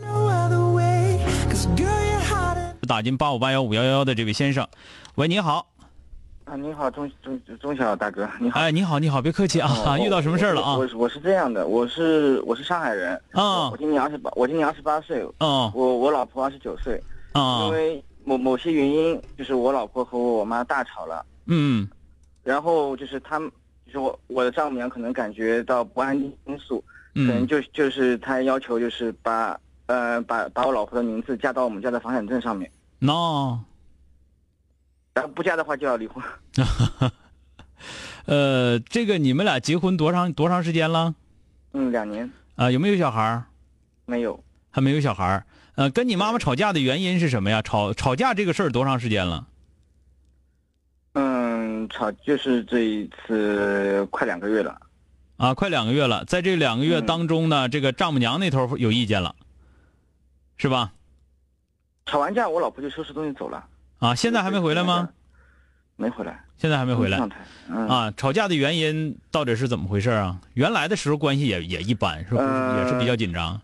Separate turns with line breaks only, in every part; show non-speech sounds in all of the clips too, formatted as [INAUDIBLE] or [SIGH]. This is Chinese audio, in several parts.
no other way. Cause girl, you're hotter.
打进八五八幺五幺幺的这位先生，喂，你好，
啊，你好，钟钟钟晓大哥，你好。
哎，你好，你好，别客气啊，
哦
[LAUGHS] 遇到什么事儿了啊
我？我是我是这样的，我是我是上海人，
啊
我今年二十八，我今年二十八岁，
嗯
我我老婆二十九岁，因
嗯
为某某些原因，就是我老婆和我妈大吵了，
嗯
然后就是他们，就是我我的丈母娘可能感觉到不安定因素，可能
嗯
就就是她要求就是把呃把把我老婆的名字加到我们家的房产证上面，
，no。
然后不加的话就要离婚，
呃，这个你们俩结婚多长多长时间了？
嗯，两年
啊、有没有小孩儿？
没有，
还没有小孩儿。呃，跟你妈妈吵架的原因是什么呀？吵吵架这个事儿多长时间了？
嗯，吵就是这一次快两个月了。
啊，快两个月了。在这两个月
嗯
当中呢，这个丈母娘那头有意见了，是吧？
吵完架，我老婆就收拾东西走了。
啊，现在还没回来吗？？
没回来，
现在还没回来
上台。嗯，
啊。吵架的原因到底是怎么回事啊？原来的时候关系也也一般，是不是？
呃
也是比较紧张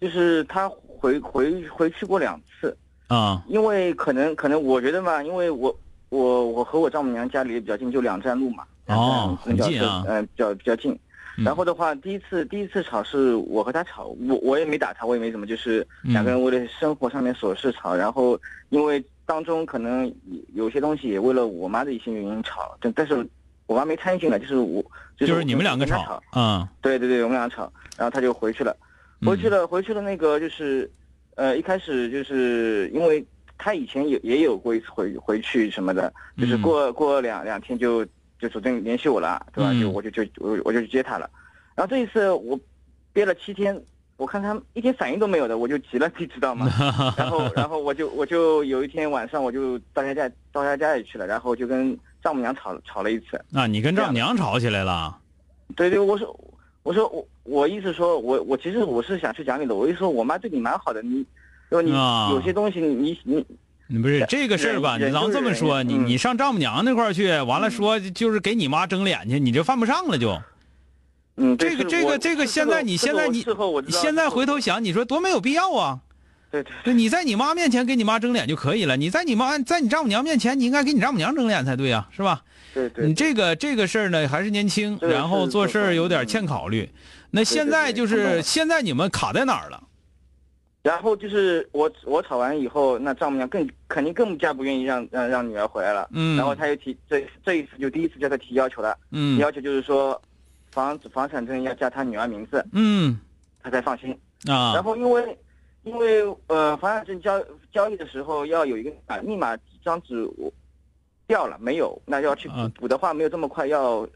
就是她回回回去过两次，
啊。
因为可能可能我觉得嘛，因为我我我和我丈母娘家离得比较近，就两站路嘛。
哦
两站路
很近啊
嗯、呃比较比较近。
嗯
然后的话，第一次第一次吵是我和她吵，我我也没打她，我也没怎么，就是
嗯
两个人为了生活上面琐事吵，然后因为当中可能有些东西也为了我妈的一些原因吵，但但是我妈没参与进来，就是我
就
就
是
我
是你们两个
跟她
吵，啊。
对对对，我们俩吵，然后他就回去了，
嗯
回去了，回去了。那个就是，呃，一开始就是因为他以前也也有过一次回回去什么的，就是
嗯
过过两两天就就主动联系我了，对吧？
嗯
就我就就我我就去接他了。然后这一次我憋了七天，我看他一点反应都没有的，我就急了，你知道
[LAUGHS]
吗？然后然后我就我就有一天晚上我就到他家到他家里去了，然后就跟丈母娘吵了吵了一次。
啊，你跟丈母娘吵起来了
对对，我说我说我我意思说我我其实我是想去讲理的，我意思说我妈对你蛮好的，你说你
啊
有些东西你你你
你不是
忍
这个事儿吧？你
忍
咱
就是
这么
忍
说，你
嗯
你上丈母娘那块儿去，完了说就是给你妈争脸去，你就犯不上了就。
嗯，对
这个
是
这
我
个这个，现在你
这
现
个
在
我
你
事后我知
你
道
现在
是我
回头想，你说多没有必要啊！
对对
对，你在你妈面前给你妈争脸就可以了，你在你妈在你丈母娘面前，你应该给你丈母娘争脸才对啊，是吧？
对对，
你这个这个事儿呢还是年轻，
这个
然后
是嗯
做事儿
是
有点欠考虑。那现在就
看到
是
了
现在你们卡在哪儿了？
然后就是我我吵完以后，那丈母娘更肯定更加不愿意让让让女儿回来了。
嗯
然后她又提这这一次就第一次叫她提要求了，
嗯
要求就是说，房房产证要加她女儿名字，
嗯
她才放心。然
啊
后因为因为呃，房产证交交易的时候要有一个密码，密码这张纸我掉了没有？那要去补
啊
补的话，没有这么快，要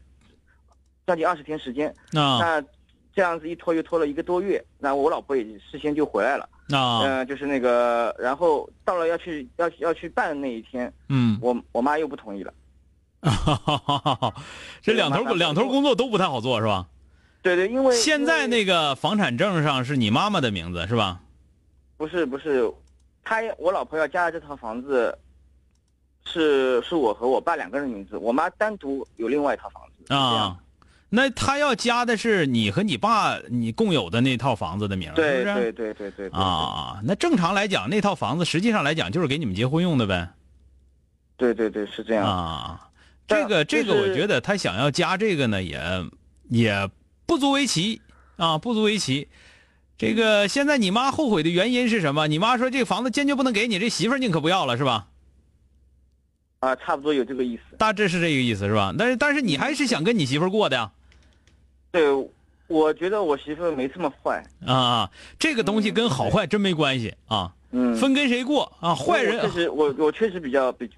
将近二十天时间。
啊
那这样子一拖就拖了一个多月。那我老婆也事先就回来了，
啊
嗯，就是那个，然后到了要去要去要去办的那一天，
嗯， [LAUGHS]
我我妈又不同意了。
这两头
这个麻烦
两头工作都不太好做是吧？
对对，因为
现在
因为
那个房产证上是你妈妈的名字是吧？
不是不是，他我老婆要加的这套房子，是是我和我爸两个人的名字，我妈单独有另外一套房子。这样
啊，那他要加的是你和你爸你共有的那套房子的名儿，是
对
不是？
对对对对对，
啊，那正常来讲，那套房子实际上来讲就是给你们结婚用的呗。
对对对是这样。
啊，
但
这个这
就
个，
是
我觉得他想要加这个呢，也也不足为奇啊，不足为奇。这个现在你妈后悔的原因是什么？你妈说这个房子坚决不能给你，这媳妇儿宁可不要了，是吧？
啊，差不多有这个意思。
大致是这个意思，是吧？但是但是你还是想跟你媳妇儿过的呀、
对，我觉得我媳妇儿没这么坏。
啊啊，这个东西跟好坏真没关系啊，
嗯，
分跟谁过啊，坏
我
人
确实，我我确实比较比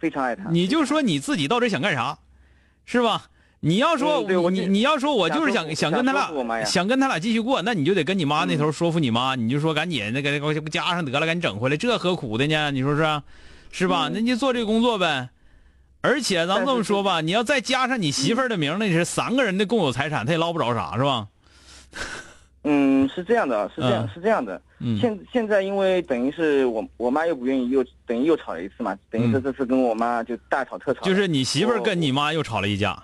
非常爱她。
你就说你自己到底想干啥，是吧？你要说、
嗯对我
你
就
你要说我就是
想说
想想
服
跟他
想说服我妈
俩
呀嗯
想跟他俩继续过，那你就得跟你妈那头说服你妈，你就说赶紧那个那个加上得了，赶紧整回来，这何苦的呢？你说是，啊是
嗯
吧？那你就做这个工作呗。而且咱们这么说吧，你要再加上你媳妇儿的名儿，那是三个人的共有财产，他也捞不着啥，是吧？
嗯，是这样的，是这样，
嗯
是这样的。
嗯
现现在因为等于是我我妈又不愿意，又等于又吵了一次嘛，等于
嗯
这这次跟我妈就大吵特吵。
就是你媳妇儿跟你妈又吵了一架，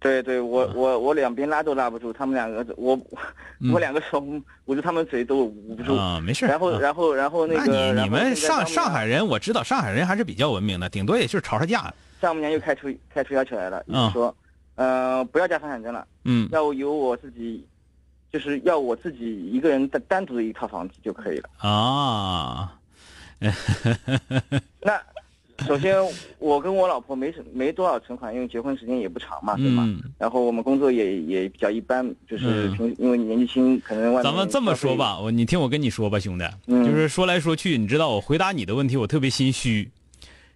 对对，我我我两边拉都拉不住，他们两个我
嗯
我两个手捂住他们嘴都捂不住。
啊，没事儿。
嗯然后
啊
然后然后
那
个，
你
然
你
后
们
现在丈
上
母
上
娘
海人，我知道上海人还是比较文明的，顶多也就是吵吵架。
丈母娘又开出开出要求来了，
嗯
说，呃，不要加房产证了，
嗯，
要有我自己，就是要我自己一个人单单独的一套房子就可以了。
啊，
那
嗯
首先我跟我老婆没什没多少存款，因为结婚时间也不长嘛，对吧？
嗯，
然后我们工作也也比较一般，就是
嗯
平、因为年纪轻，可能外面
咱们这么说吧，我你听我跟你说吧，兄弟，
嗯
就是说来说去，你知道我回答你的问题，我特别心虚，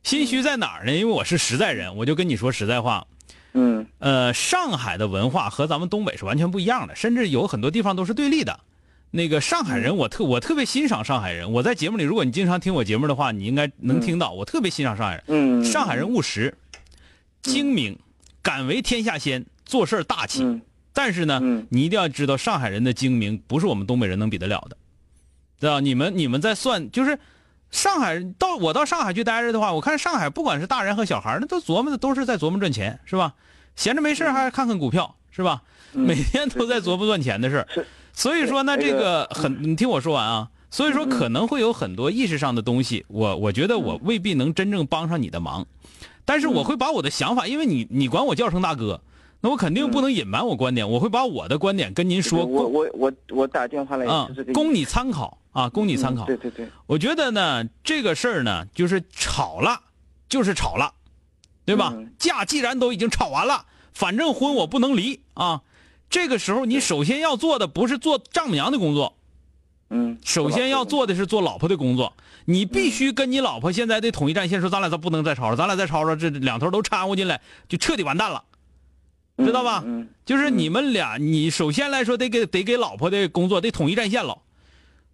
心虚在哪儿呢？因为我是实在人，我就跟你说实在话。
消费，嗯
呃，上海的文化和咱们东北是完全不一样的，甚至有很多地方都是对立的。那个上海
嗯
人，我特我特别欣赏上海人。我在节目里，如果你经常听我节目的话，你应该能听到，我特别欣赏上海人。
嗯，
上海人务实、精明、敢为天下先，做事儿大气。
嗯
但是呢，
嗯
你一定要知道，上海人的精明不是我们东北人能比得了的，知道？你们你们在算，就是上海人到我到上海去待着的话，我看上海不管是大人和小孩儿，那都琢磨的都是在琢磨赚钱，是吧？闲着没事儿还看看股票，是吧？
嗯
[LAUGHS] 每天都在琢磨赚钱的事儿
是。
所以说呢，
对
这个
那个嗯
很，你听我说完啊。所以说可能会有很多意识上的东西，我我觉得我未必能真正帮上你的忙，但是我会把我的想法，
嗯
因为你你管我叫声大哥，那我肯定不能隐瞒我观点，我会把我的观点跟您说，
我
供
我我我打电话来也
啊
是这个意思、
供你参考啊，供你参
嗯
考
对。对对，
我觉得呢，这个事儿呢，就是吵了，就是吵了，对吧
嗯？
架既然都已经吵完了，反正婚我不能离啊。这个时候，你首先要做的不是做丈母娘的工作，
嗯，
首先要做的是做老婆的工作，你必须跟你老婆现在的统一战线说，咱俩咱不能再吵了，咱俩再吵吵，这两头都掺和进来，就彻底完蛋了，
嗯，
知道吧？
嗯，嗯
就是你们俩，你首先来说得给得给老婆的工作得统一战线了，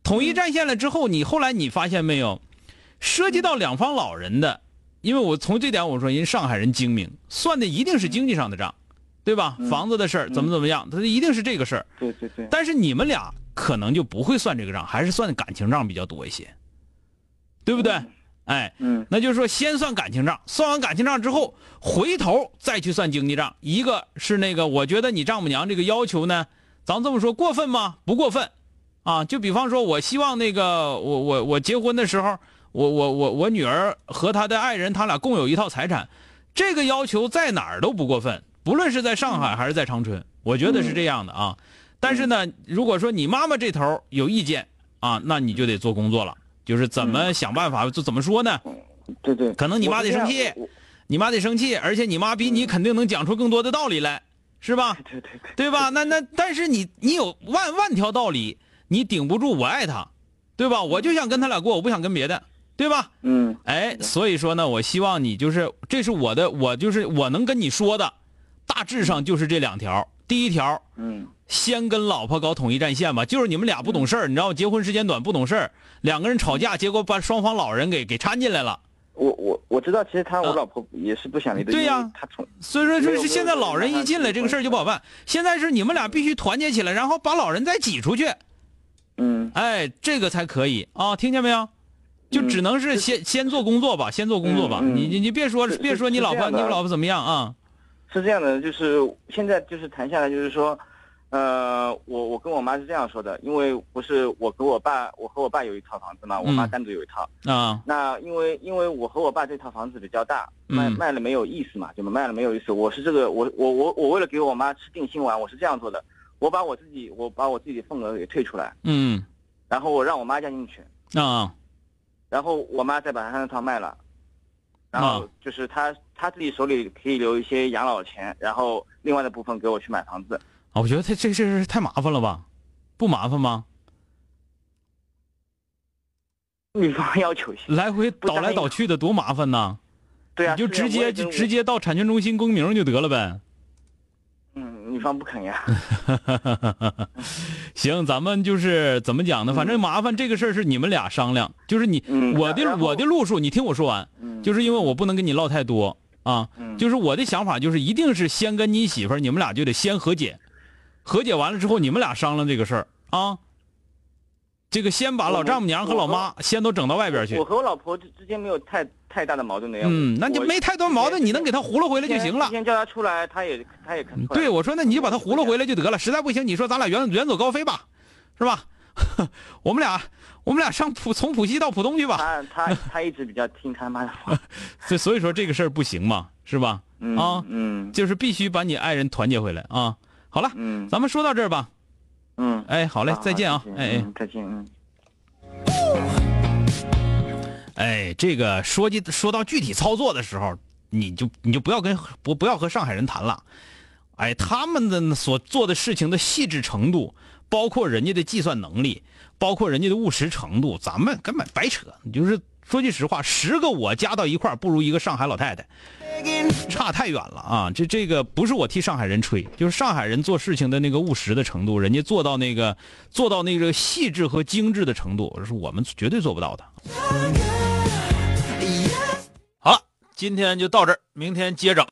统一战线了之后，你后来你发现没有，涉及到两方老人的，因为我从这点我说，人上海人精明，算的一定是经济上的账，对吧？房子的事儿怎么怎么样，他一定是这个事儿。
对对对，
但是你们俩可能就不会算这个账，还是算感情账比较多一些，对不对？哎，
嗯
那就是说先算感情账，算完感情账之后，回头再去算经济账。一个是那个，我觉得你丈母娘这个要求呢，咱这么说过分吗？不过分，啊，就比方说，我希望那个我我我结婚的时候，我我我我女儿和她的爱人，他俩共有一套财产，这个要求在哪儿都不过分，不论是在上海还是在长春，我觉得是这样的啊。但是呢，如果说你妈妈这头有意见啊，那你就得做工作了，就是怎么想办法，就怎么说呢？
对对，
可能你妈得生气
我是这样我
你妈得生气，而且你妈比你肯定能讲出更多的道理来，是吧？
对对对，
对吧？那那但是你你有万万条道理，你顶不住我爱他，对吧？我就想跟他俩过，我不想跟别的，对吧？
嗯
哎，所以说呢，我希望你就是，这是我的，我就是我能跟你说的，大致上就是这两条。第一条，
嗯
先跟老婆搞统一战线吧，就是你们俩不懂事儿，你知道结婚时间短不懂事儿，两个人吵
嗯
架，结果把双方老人给给掺进来了。
我我我知道，其实她我
啊
老婆也是不想离的，
对
因为
呀
她从
所以说，
没
这
有
是
没有
现在老人一进来，这个事儿就不好办。现在是你们俩必须团结起来，然后把老人再挤出去，
嗯
哎，这个才可以啊，听见没有？就
嗯
只能是先、先做工作吧，先做工作吧。
嗯嗯
你你你别说
是
别说
是
你
是
老
这
婆
样
你
的
老婆怎么样啊？
是这样的，就是现在就是谈下来，就是说，呃，我我跟我妈是这样说的，因为不是我跟我爸，我和我爸有一套房子嘛，我妈
嗯
单独有一套。
啊，
那因为因为我和我爸这套房子比较大，卖
嗯
卖了没有意思嘛，就卖了没有意思。我是这个，我我我我为了给我妈吃定心丸，我是这样做的，我把我自己我把我自己的份额给退出来，
嗯
然后我让我妈加进去，
啊
然后我妈再把她那套卖了，然后
啊
就是她她自己手里可以留一些养老钱，然后另外的部分给我去买房子。
啊我觉得他这事儿太麻烦了吧？不麻烦吗？
女方要求些，
来回倒来倒去的多麻烦呐！
对啊，
你就是
啊
直
我
接
也
就
跟
直
我
接到产权中心更名就得了呗。
嗯，女方不肯
[LAUGHS]
呀，
行，咱们就是怎么讲呢？反正麻烦这个事儿是你们俩商量，就是你、
嗯
我的
然后
我的路数，你听我说完，
嗯
就是因为我不能跟你唠太多啊，
嗯
就是我的想法就是一定是先跟你媳妇儿，你们俩就得先和解，和解完了之后，你们俩商量这个事儿啊。这个先把
我
老丈母娘和
我
老妈先都整到外边去
我，和我老婆之之间没有太太大的矛盾的样子。
嗯，那就
我
没太多矛盾，
之前
你能给她糊弄回来就行了嗯
之。前叫她出来，她也她也肯出来。
对，我说那你就把他糊弄回来就得了，实在不行你说咱俩远远走高飞吧，是吧？ [LAUGHS] 我们俩我们俩上浦从浦西到浦东去
[LAUGHS]
吧。
她她她一直比较听她妈的
[LAUGHS]
话。
所以所以说这个事儿不行嘛，是吧？
嗯
啊
嗯
就是必须把你爱人团结回来啊。好了，
嗯
咱们说到这儿吧。
嗯，
哎，好嘞，再见啊！哎哎
嗯，再见嗯。
哎，这个说起说到具体操作的时候，你就你就不要跟不不要和上海人谈了。哎，他们的所做的事情的细致程度，包括人家的计算能力，包括人家的务实程度，咱们根本白扯。就是说句实话，十个我加到一块儿不如一个上海老太太，差太远了啊！这这个不是我替上海人吹，就是上海人做事情的那个务实的程度，人家做到那个做到那个细致和精致的程度，是我们绝对做不到的。
Yeah.
好了，今天就到这儿，明天接着。